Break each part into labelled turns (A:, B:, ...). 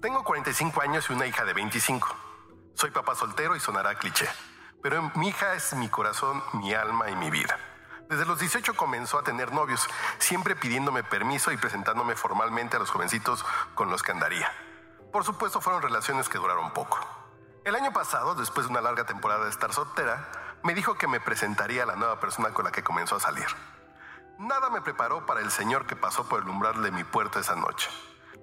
A: Tengo 45 años y una hija de 25. Soy papá soltero y sonará cliché, pero mi hija es mi corazón, mi alma y mi vida. Desde los 18 comenzó a tener novios, siempre pidiéndome permiso y presentándome formalmente a los jovencitos con los que andaría. Por supuesto fueron relaciones que duraron poco. El año pasado, después de una larga temporada de estar soltera, me dijo que me presentaría a la nueva persona con la que comenzó a salir. Nada me preparó para el señor que pasó por el umbral de mi puerta esa noche.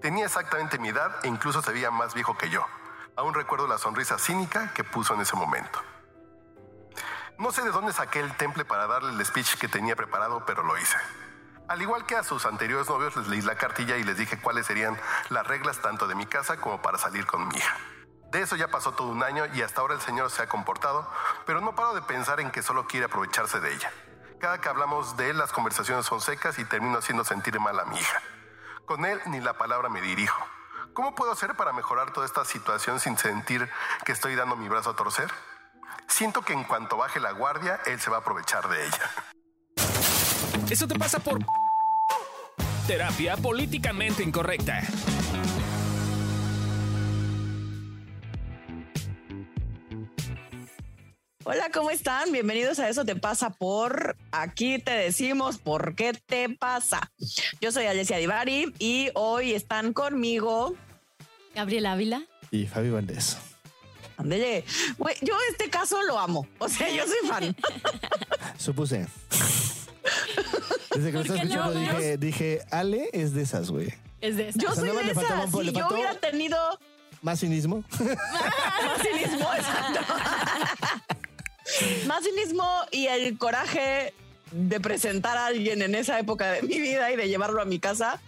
A: Tenía exactamente mi edad e incluso se veía más viejo que yo. Aún recuerdo la sonrisa cínica que puso en ese momento. No sé de dónde saqué el temple para darle el speech que tenía preparado, pero lo hice. Al igual que a sus anteriores novios, les leí la cartilla y les dije cuáles serían las reglas tanto de mi casa como para salir con mi hija. De eso ya pasó todo un año y hasta ahora el señor se ha comportado, pero no paro de pensar en que solo quiere aprovecharse de ella. Cada que hablamos de él, las conversaciones son secas y termino haciendo sentir mal a mi hija. Con él ni la palabra me dirijo. ¿Cómo puedo hacer para mejorar toda esta situación sin sentir que estoy dando mi brazo a torcer? Siento que en cuanto baje la guardia, él se va a aprovechar de ella.
B: Eso te pasa por terapia políticamente incorrecta.
C: Hola, ¿cómo están? Bienvenidos a Eso Te Pasa por. Aquí te decimos por qué te pasa. Yo soy Alessia Divari y hoy están conmigo.
D: Gabriel Ávila.
E: Y Fabi Valdés.
C: Ándele. Güey, yo este caso lo amo. O sea, yo soy fan.
E: Supuse. Desde que lo estaba
D: ¿Por qué
E: escuchando
D: no?
E: dije, dije, Ale es de esas, güey.
D: Es de esas.
C: Yo
E: O sea,
C: soy
E: nada más
C: de
E: le faltaba
C: esas.
E: un po-
C: Si
E: le
C: yo
E: faltó-
C: hubiera tenido
E: Más cinismo.
C: más cinismo, exacto. más cinismo y el coraje de presentar a alguien en esa época de mi vida y de llevarlo a mi casa,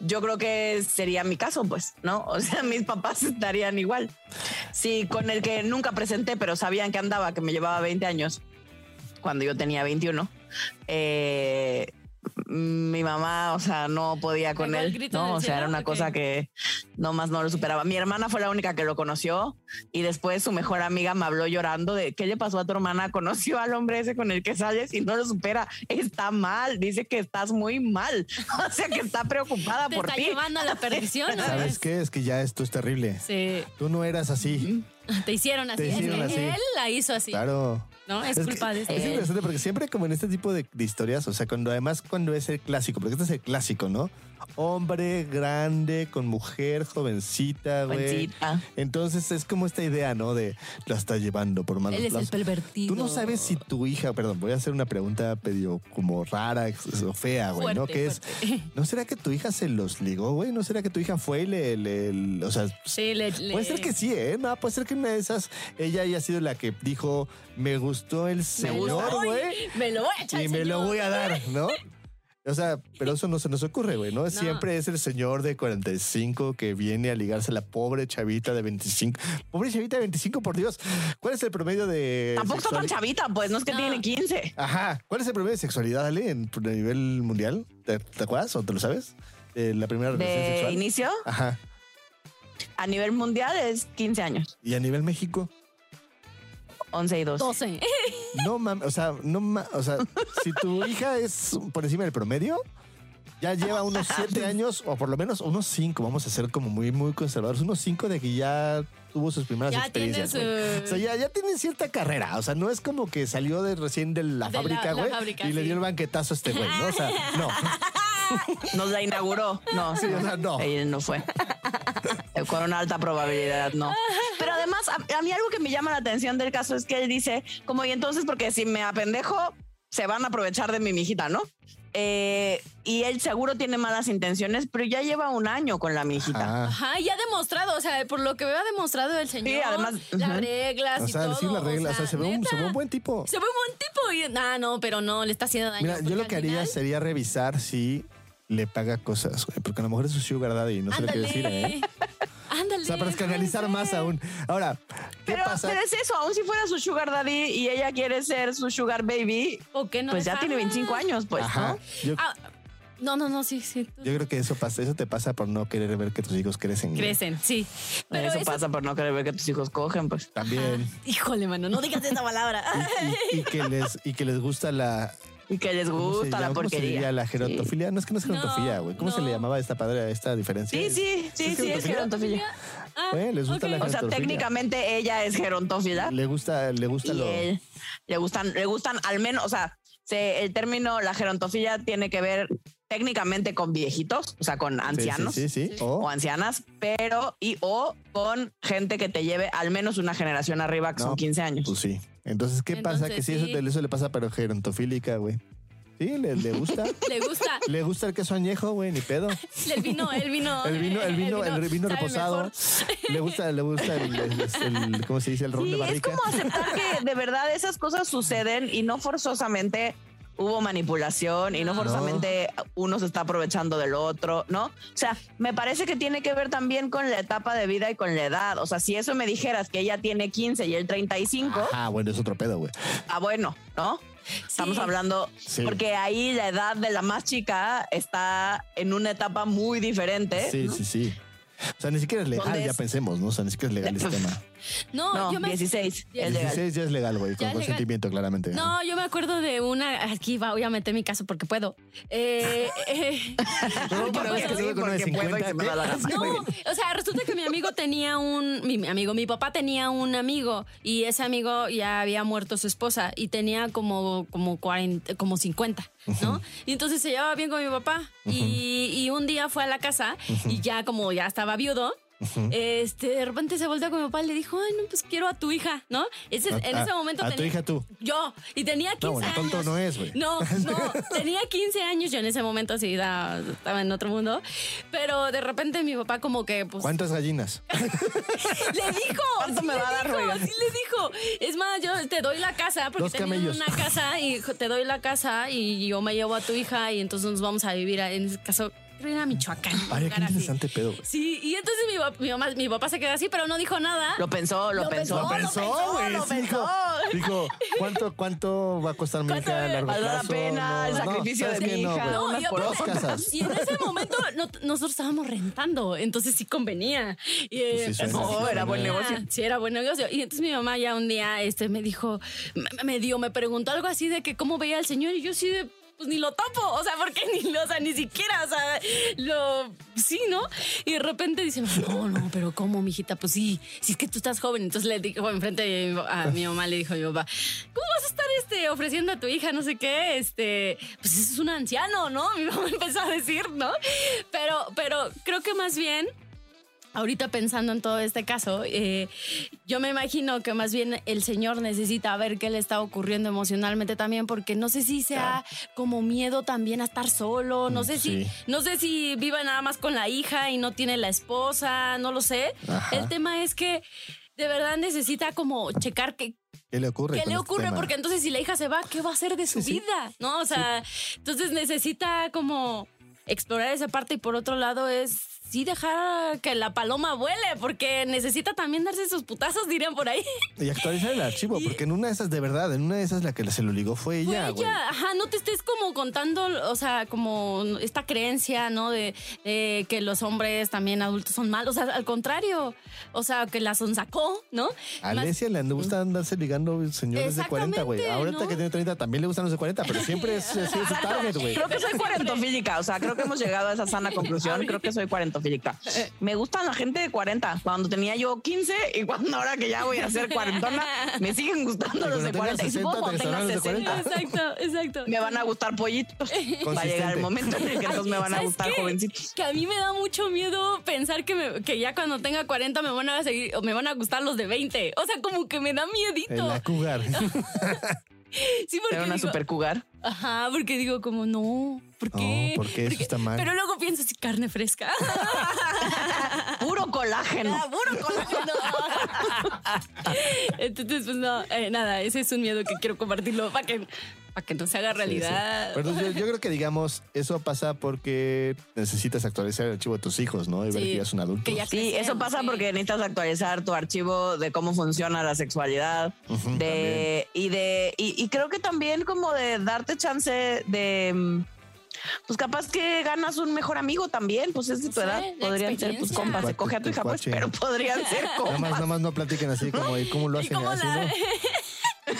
C: yo creo que sería mi caso, pues, ¿no? O sea, mis papás estarían igual. Sí, con el que nunca presenté, pero sabían que andaba, que me llevaba 20 años, cuando yo tenía 21, eh, mi mamá, o sea, no podía con
D: Llegó el
C: él,
D: grito
C: ¿no?
D: del
C: O sea, era
D: cielo,
C: una
D: ¿o
C: cosa
D: qué?
C: que no más no lo superaba. Mi hermana fue la única que lo conoció y después su mejor amiga me habló llorando de qué le pasó a tu hermana. Conoció al hombre ese con el que sales y no lo supera. Está mal. Dice que estás muy mal. O sea, que está preocupada
D: te
C: por
D: está
C: ti.
D: llevando a la perdición. ¿no?
E: ¿Sabes qué? Es que ya esto es terrible.
D: Sí,
E: Tú no eras así.
D: te hicieron así.
E: Te
D: Es que
E: hicieron así.
D: Él la hizo así.
E: Claro.
D: No, es,
E: Es que-
D: culpa de
E: Es
D: este.
E: interesante porque siempre como en este tipo de, de historias, o sea, cuando además cuando es el clásico, porque este es el clásico, ¿no? Hombre grande con mujer jovencita, Ah, güey.
C: Jovencita.
E: Entonces es como esta idea, ¿no? De la está llevando por malos
D: Él es el
E: lados.
D: pervertido.
E: Tú no sabes si tu hija, perdón, voy a hacer una pregunta medio como rara ex- o fea, güey, ¿no?
D: Fuerte,
E: Que es,
D: fuerte.
E: ¿no será que tu hija se los ligó, güey? ¿No será que tu hija fue y le, le- le- o sea,
D: Sí, le, le-
E: puede ser que sí, ¿eh? No, puede ser que una de esas ella haya sido la que dijo, me gustó el
D: Me lo
E: señor,
D: doy,
E: güey,
D: Me lo voy a echar.
E: y me lo voy a dar, ¿no? O sea, pero eso no se nos ocurre, güey, ¿no? Siempre es el señor de 45 que viene a ligarse a la pobre chavita de 25. Pobre chavita de 25, por Dios. ¿Cuál es el promedio de...
C: Tampoco está tan
E: sexualidad?
C: chavita, pues no es que
D: No.
C: tiene 15.
E: Ajá. ¿Cuál es el promedio de sexualidad, Ale, en, a nivel mundial? ¿Te, te acuerdas o te lo sabes? Eh, la primera relación
C: De
E: sexual.
C: inicio,
E: Ajá.
C: a nivel mundial es 15 años,
E: ¿Y a nivel México?
C: 11 y 2.
D: 12.
E: Ah. No mames, o sea, no ma- o sea, si tu hija es por encima del promedio, ya lleva unos siete años o por lo menos unos cinco, vamos a ser como muy, muy conservadores, unos cinco de que ya tuvo sus primeras
D: Ya tiene
E: experiencias.
D: su-
E: güey. O sea, ya, ya tienen cierta carrera, o sea, no es como que salió de recién de la
D: De la-
E: fábrica,
D: la
E: güey,
D: fábrica,
E: y le
D: sí.
E: dio el banquetazo a este güey, ¿no? O sea, no,
C: Nos la inauguró. No,
E: Sí, o sea, no.
C: Él no fue. Eh, Con una alta probabilidad, no. Pero además, a, a mí algo que me llama la atención del caso es que él dice, como, y entonces, porque si me apendejo, se van a aprovechar de mi mijita, ¿no? Eh, y él seguro tiene malas intenciones, pero ya lleva un año con la mijita.
E: Ajá.
D: Ajá, y ha demostrado, o sea, por lo que veo ha demostrado el señor.
C: Sí, además,
D: Las
C: ujú.
D: reglas
E: O
D: y
E: sea,
D: todo.
E: sí, la regla. O sea, se ve, un,
D: neta,
E: se ve un buen tipo.
D: Se ve un buen tipo y... Ah, no, pero no, le está haciendo daño.
E: Mira, yo
D: porque
E: lo
D: al
E: que haría
D: final-
E: sería revisar si le paga cosas, güey, porque a lo mejor es su sugar daddy y no sé lo que
D: Ándale.
E: decir, ¿eh?
D: Ándale.
E: O sea, para
D: puede
E: escandalizar
D: ser.
E: más aún. Ahora, ¿qué
C: Pero,
E: pasa?
C: pero es eso, aún si fuera su sugar daddy y ella quiere ser su sugar baby,
D: ¿O qué no
C: pues ya
D: dejarla?
C: tiene 25 años, pues,
E: Ajá.
C: ¿no?
E: Yo,
D: Ah, no, no, no, sí, sí. tú-
E: yo creo que eso pasa, eso te pasa por no querer ver que tus hijos crecen. güey.
D: Crecen, sí. Pero
C: eso,
D: eso,
C: pasa por no querer ver que tus hijos cogen, pues.
E: También.
D: Híjole, mano, no digas esa palabra. Ah,
E: Y, y que les, y que les gusta la,
C: Y que les
E: ¿Cómo se
C: gusta
E: llama?
C: la
E: ¿Cómo se diría?
C: porquería.
E: la gerontofilia. No es que no es
D: No,
E: gerontofilia, güey. ¿Cómo se
D: no.
E: le llamaba a esta padre a esta diferencia?
C: Sí,
E: Es-
C: sí, sí, sí, es gerontofilia.
D: Ah,
E: Güey, les gusta
D: ok.
E: la
C: O sea,
E: Gerontofilia.
C: técnicamente ella es gerontófila.
E: Le gusta, le gusta
C: y
E: lo.
C: él- le gustan, le gustan al menos, o sea, se- el término la gerontofilia tiene que ver técnicamente con viejitos, o sea, con
E: Sí, sí,
C: ancianos
E: Sí, sí, O-
C: o ancianas, pero y o con gente que te lleve al menos una generación arriba, que
E: No,
C: son 15 años.
E: Pues sí. Entonces, ¿qué pasa?
D: Entonces,
E: Que sí, eso,
D: sí.
E: eso le pasa, pero gerontofílica, güey. Sí, le, le gusta.
D: Le gusta.
E: le gusta el queso añejo, güey, ni pedo.
D: El vino, el vino.
E: El vino, el vino, el vino
D: sabe
E: reposado.
D: mejor.
E: Le gusta, le gusta el, el- el- ¿cómo se dice? El ron
C: Sí,
E: de
C: es
E: barrica.
C: como aceptar que de verdad esas cosas suceden y no forzosamente hubo manipulación y no
D: No.
C: forzosamente uno se está aprovechando del otro, ¿no? O sea, me parece que tiene que ver también con la etapa de vida y con la edad. O sea, si eso me dijeras que ella tiene 15 y él 35,
E: Ah, bueno, es otro pedo, güey.
C: ah, bueno, ¿no? Estamos hablando,
E: Sí.
C: porque ahí la edad de la más chica está en una etapa muy diferente.
E: Sí, sí, sí. O sea, ni siquiera es legal,
C: ¿Dónde
E: ya
C: es?
E: pensemos, ¿no? O sea, ni siquiera es legal este tema.
D: No,
C: No,
D: yo me
C: 16. es legal.
E: 16 ya es legal, güey,
D: Ya
E: con
D: es legal.
E: consentimiento, claramente.
D: No, yo me acuerdo de una. Aquí va, voy a meter mi caso porque puedo. Eh, eh,
E: Pero
D: yo
E: para
D: puedo.
E: ver que se ve con
C: porque
E: 9.50,
C: puedo y se me da la
E: ¿eh?
C: gana.
E: Sí,
D: No,
E: muy bien.
D: o sea, resulta que mi amigo tenía un, mi mi amigo, mi papá tenía un amigo y ese amigo ya había muerto su esposa y tenía como, como 40, como 50, ¿no? Y entonces se llevaba bien con mi papá y, y un día fue a la casa y ya como ya estaba viudo. Este, de repente se voltea con mi papá y le dijo, ay, no, pues quiero a tu hija, ¿no? Ese-
E: A-
D: en ese
E: a-
D: momento
E: a tu
D: tenía-
E: hija tú.
D: Yo, y tenía 15
E: bueno,
D: años.
E: tonto no es, güey.
D: No, no, tenía 15 años, yo en ese momento sí da- estaba en otro mundo, pero de repente mi papá como que pues
E: ¿Cuántas gallinas?
D: le dijo,
C: ¿Cuánto
D: sí
C: me
D: le
C: va a dar,
D: dijo,
C: oiga?
D: sí le dijo, es más, yo te doy la casa porque
E: Dos
D: tenía
E: camellos.
D: una casa y jo- te doy la casa y yo me llevo a tu hija y entonces nos vamos a vivir a- en ese caso creo que era Michoacán. un
E: Vaya,
D: lugar
E: qué
D: así.
E: interesante pedo, güey.
D: Sí, y entonces mi, pap- mi mamá, mi papá se queda así, pero no dijo nada.
C: Lo pensó, lo,
D: Lo
C: pensó.
D: pensó, lo
E: pensó, güey.
C: lo
E: sí, dijo, dijo, ¿cuánto, ¿cuánto va a costar mi
D: ¿Cuánto
E: hija a largo
C: valdrá la
E: plazo?
C: pena Ah, el sacrificio
E: ¿sabes
C: de
E: qué?
C: mi hija?
E: güey.
C: No,
D: y
C: unas por
E: Dos
D: aparte-
E: casas.
D: Y en ese momento no- nosotros estábamos rentando, entonces sí convenía. Y, eh,
E: Pues sí,
D: pues,
E: suena, sí,
D: no,
E: suena.
D: era buen negocio. Sí, era buen negocio. Y entonces mi mamá ya un día este, me dijo, me- me dio, me preguntó algo así de que cómo veía al señor y yo sí de... Pues ni lo topo, o sea, porque ni lo, o sea, ni siquiera, o sea, lo, sí, ¿no? Y de repente dice, no, no, pero ¿cómo, mijita? Pues sí, si es que tú estás joven. Entonces le dijo, enfrente de mi- a mi mamá, le dijo a mi papá, ¿cómo vas a estar este, ofreciendo a tu hija, no sé qué? Este, pues eso es un anciano, ¿no? Mi mamá empezó a decir, ¿no? Pero, pero creo que más bien Ahorita pensando en todo este caso, eh, yo me imagino que más bien el señor necesita ver qué le está ocurriendo emocionalmente también, porque no sé si sea como miedo también a estar solo, no
E: Mm,
D: sé
E: sí.
D: si, no sé si viva nada más con la hija y no tiene la esposa, no lo sé.
E: Ajá.
D: El tema es que de verdad necesita como checar qué,
E: ¿Qué le ocurre?
D: ¿Qué
E: con
D: le
E: este
D: ocurre?
E: tema?
D: Porque entonces si la hija se va, ¿qué va a hacer de su
E: Sí, sí.
D: vida? ¿No? O sea, entonces necesita como explorar esa parte y por otro lado es sí dejar que la paloma vuele, porque necesita también darse sus putazos, dirían por ahí.
E: Y actualizar el archivo, porque en una de esas, de verdad, en una de esas la que se lo ligó fue
D: Fue
E: ella, güey.
D: ella, ajá, no te estés como contando, o sea, como esta creencia, ¿no? De, de que los hombres también adultos son malos, o sea, al contrario, o sea, que la sonsacó, ¿no?
E: A
D: Más-
E: Alesia le and- gusta andarse ligando señores de 40, güey.
D: Exactamente,
E: Ahorita
D: ¿no?
E: que tiene 30 también le gustan los de 40, pero siempre es, es- es su target, güey.
C: Creo que soy cuarentofílica, o sea, creo que hemos llegado a esa sana conclusión, creo que soy cuarentofílica.
D: Eh.
C: Me gustan la gente de 40, cuando tenía yo 15 y cuando ahora que ya voy a ser cuarentona, me siguen gustando los de
E: cuando
C: 40 y
E: tengas
C: supongo
E: 60,
C: cuando
E: te gustarán
C: tenga
E: los de 40.
C: 60
D: Exacto, exacto.
C: me van a gustar pollitos. Va a llegar
E: Consistente.
C: el momento en el que entonces me van a
D: ¿Sabes
C: gustar
D: qué?
C: jovencitos.
D: Que a mí me da mucho miedo pensar que, me- que ya cuando tenga 40 me van a seguir, o me van a gustar los de 20. O sea, como que me da
E: En
D: miedito.
E: la cougar.
D: Sí, porque
C: Era una
D: digo,
C: super cougar.
D: ajá, porque digo como no, ¿por
E: No,
D: qué?
E: porque eso está mal.
D: Pero luego pienso si carne fresca.
C: Puro colágeno.
D: Ah, puro colágeno. Entonces, pues no, eh, nada, ese es un miedo que quiero compartirlo para que, para que no se haga realidad.
E: Sí, sí. Pero yo, yo creo que, digamos, eso pasa porque necesitas actualizar el archivo de tus hijos, ¿no? Y ver
D: Sí,
E: que ya son adultos.
D: que ya-
C: Sí, eso pasa
D: Sí.
C: porque necesitas actualizar tu archivo de cómo funciona la sexualidad
E: Ujú,
C: de, y de y, y creo que también como de darte chance de mm, pues capaz que ganas un mejor amigo también, pues es de
D: No
C: tu
D: sé,
C: edad,
D: la
C: podrían ser tus
D: experiencia.
C: compas, se coge a tu hija pues,
E: Cuate.
C: pero podrían ser
E: Nada más,
C: compas.
E: nada más no platiquen así como, ¿y cómo lo
D: ¿Y
E: hacen?
D: cómo
E: Así,
D: la-
E: ¿no?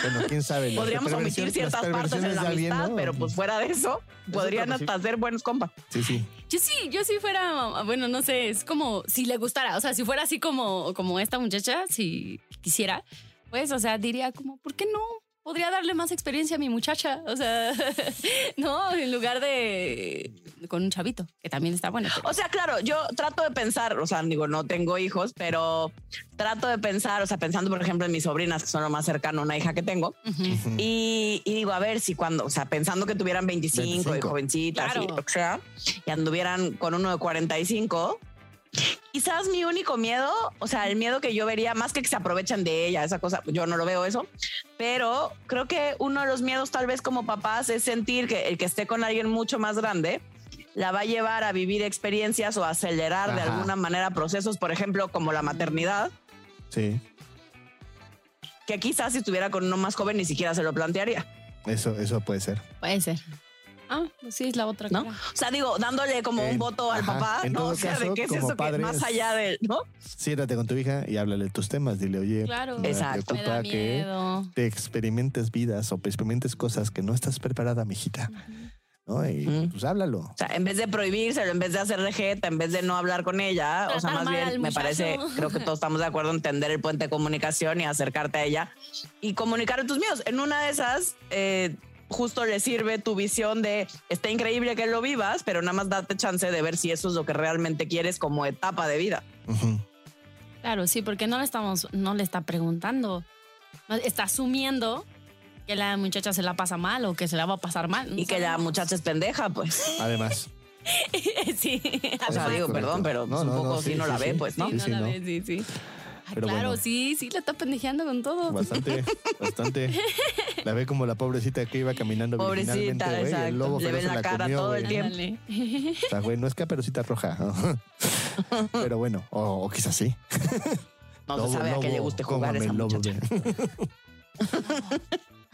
E: Bueno, quién sabe. las
C: Podríamos omitir
E: perversiones- las
C: ciertas partes de
E: perversiones
C: la
E: de alguien,
C: amistad,
E: ¿no?
C: pero pues fuera de eso, podrían
E: otra
C: hasta ser buenos compas.
E: Sí, sí.
D: Yo sí, yo sí fuera, bueno, no sé, es como si le gustara, o sea, si fuera así como, como esta muchacha, si quisiera, pues, o sea, diría como, ¿por qué no? Podría darle más experiencia a mi muchacha, o sea, no, en lugar de con un chavito, que también está bueno. pero-
C: O sea, claro, yo trato de pensar, o sea, digo, no tengo hijos, pero trato de pensar, o sea, pensando por ejemplo en mis sobrinas, que son lo más cercano a una hija que tengo,
D: Ujú.
C: y, y digo, a ver si cuando, o sea, pensando que tuvieran 25, y
E: 25.
C: jovencitas,
D: Claro.
C: y lo que sea, y anduvieran con uno de 45, quizás mi único miedo, o sea, el miedo que yo vería, más que que se aprovechan de ella, esa cosa, yo no lo veo eso, pero creo que uno de los miedos tal vez como papás es sentir que el que esté con alguien mucho más grande la va a llevar a vivir experiencias o a acelerar de
E: Ajá.
C: alguna manera procesos, por ejemplo, como la maternidad,
E: Sí.
C: que quizás si estuviera con uno más joven ni siquiera se lo plantearía.
E: Eso, eso puede ser.
D: Puede ser. Ah, pues sí, es la otra.
C: ¿no?
D: cara.
C: O sea, digo, dándole como
E: En-
C: un voto al
E: ajá,
C: papá,
E: en
C: ¿no?
E: todo
C: O sea,
E: caso,
C: de qué es
E: como
C: eso que
E: padres-
C: más allá de, ¿no?
E: Siéntate con tu hija y háblale tus temas. Dile, oye,
D: Claro.
E: me
C: Exacto.
D: Me da
E: preocupa que
D: miedo.
E: te experimentes vidas o experimentes cosas que no estás preparada, mijita. ¿No? Y
C: Ujú.
E: pues háblalo.
C: O sea, en vez de prohibírselo, en vez de hacer rejeta, en vez de no hablar con ella, o sea,
D: Tratar
C: más
D: mal al
C: bien me
D: muchacho.
C: parece, creo que todos estamos de acuerdo en tender el puente de comunicación y acercarte a ella y comunicar tus miedos. En una de esas, eh, justo le sirve tu visión de está increíble que lo vivas, pero nada más date chance de ver si eso es lo que realmente quieres como etapa de vida.
E: Ujú.
D: Claro, sí, porque no le estamos, no le está preguntando. No, Está asumiendo que la muchacha se la pasa mal o que se la va a pasar mal. No
C: Y que la
D: sabemos.
C: muchacha es pendeja, pues.
E: Además.
D: sí.
C: O sea,
E: Sí,
C: digo,
E: correcto.
C: perdón, pero
E: No,
C: pues, un
E: no, no,
C: poco
E: sí,
C: si no
E: sí,
C: la ve,
E: sí.
C: pues, ¿no?
E: Sí, sí,
D: la
E: no.
D: ves, sí, sí. Ay,
E: Pero
D: claro,
E: bueno.
D: sí, sí, la está pendejeando con todo.
E: Bastante, bastante. La ve como la pobrecita que iba caminando
C: Pobrecita,
E: virginalmente, güey, y
C: exacto.
E: El lobo
C: Le
E: feroz
C: ve
E: se
C: la cara
E: comió,
C: todo
E: güey.
C: el tiempo.
D: Ándale.
E: O sea, güey, no es caperucita roja. ¿no? Pero bueno, o, o quizás sí.
C: No se sabe a qué le guste jugar a esa
E: cómame, lobo,
C: muchacha.
E: güey.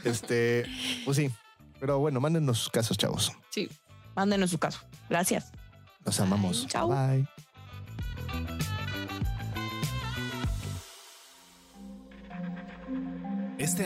E: este, pues sí. Pero bueno, mándenos sus casos, chavos.
D: Sí.
C: Mándenos su caso. Gracias.
E: Los amamos.
D: Ay,
C: chao.
E: Bye.
B: Este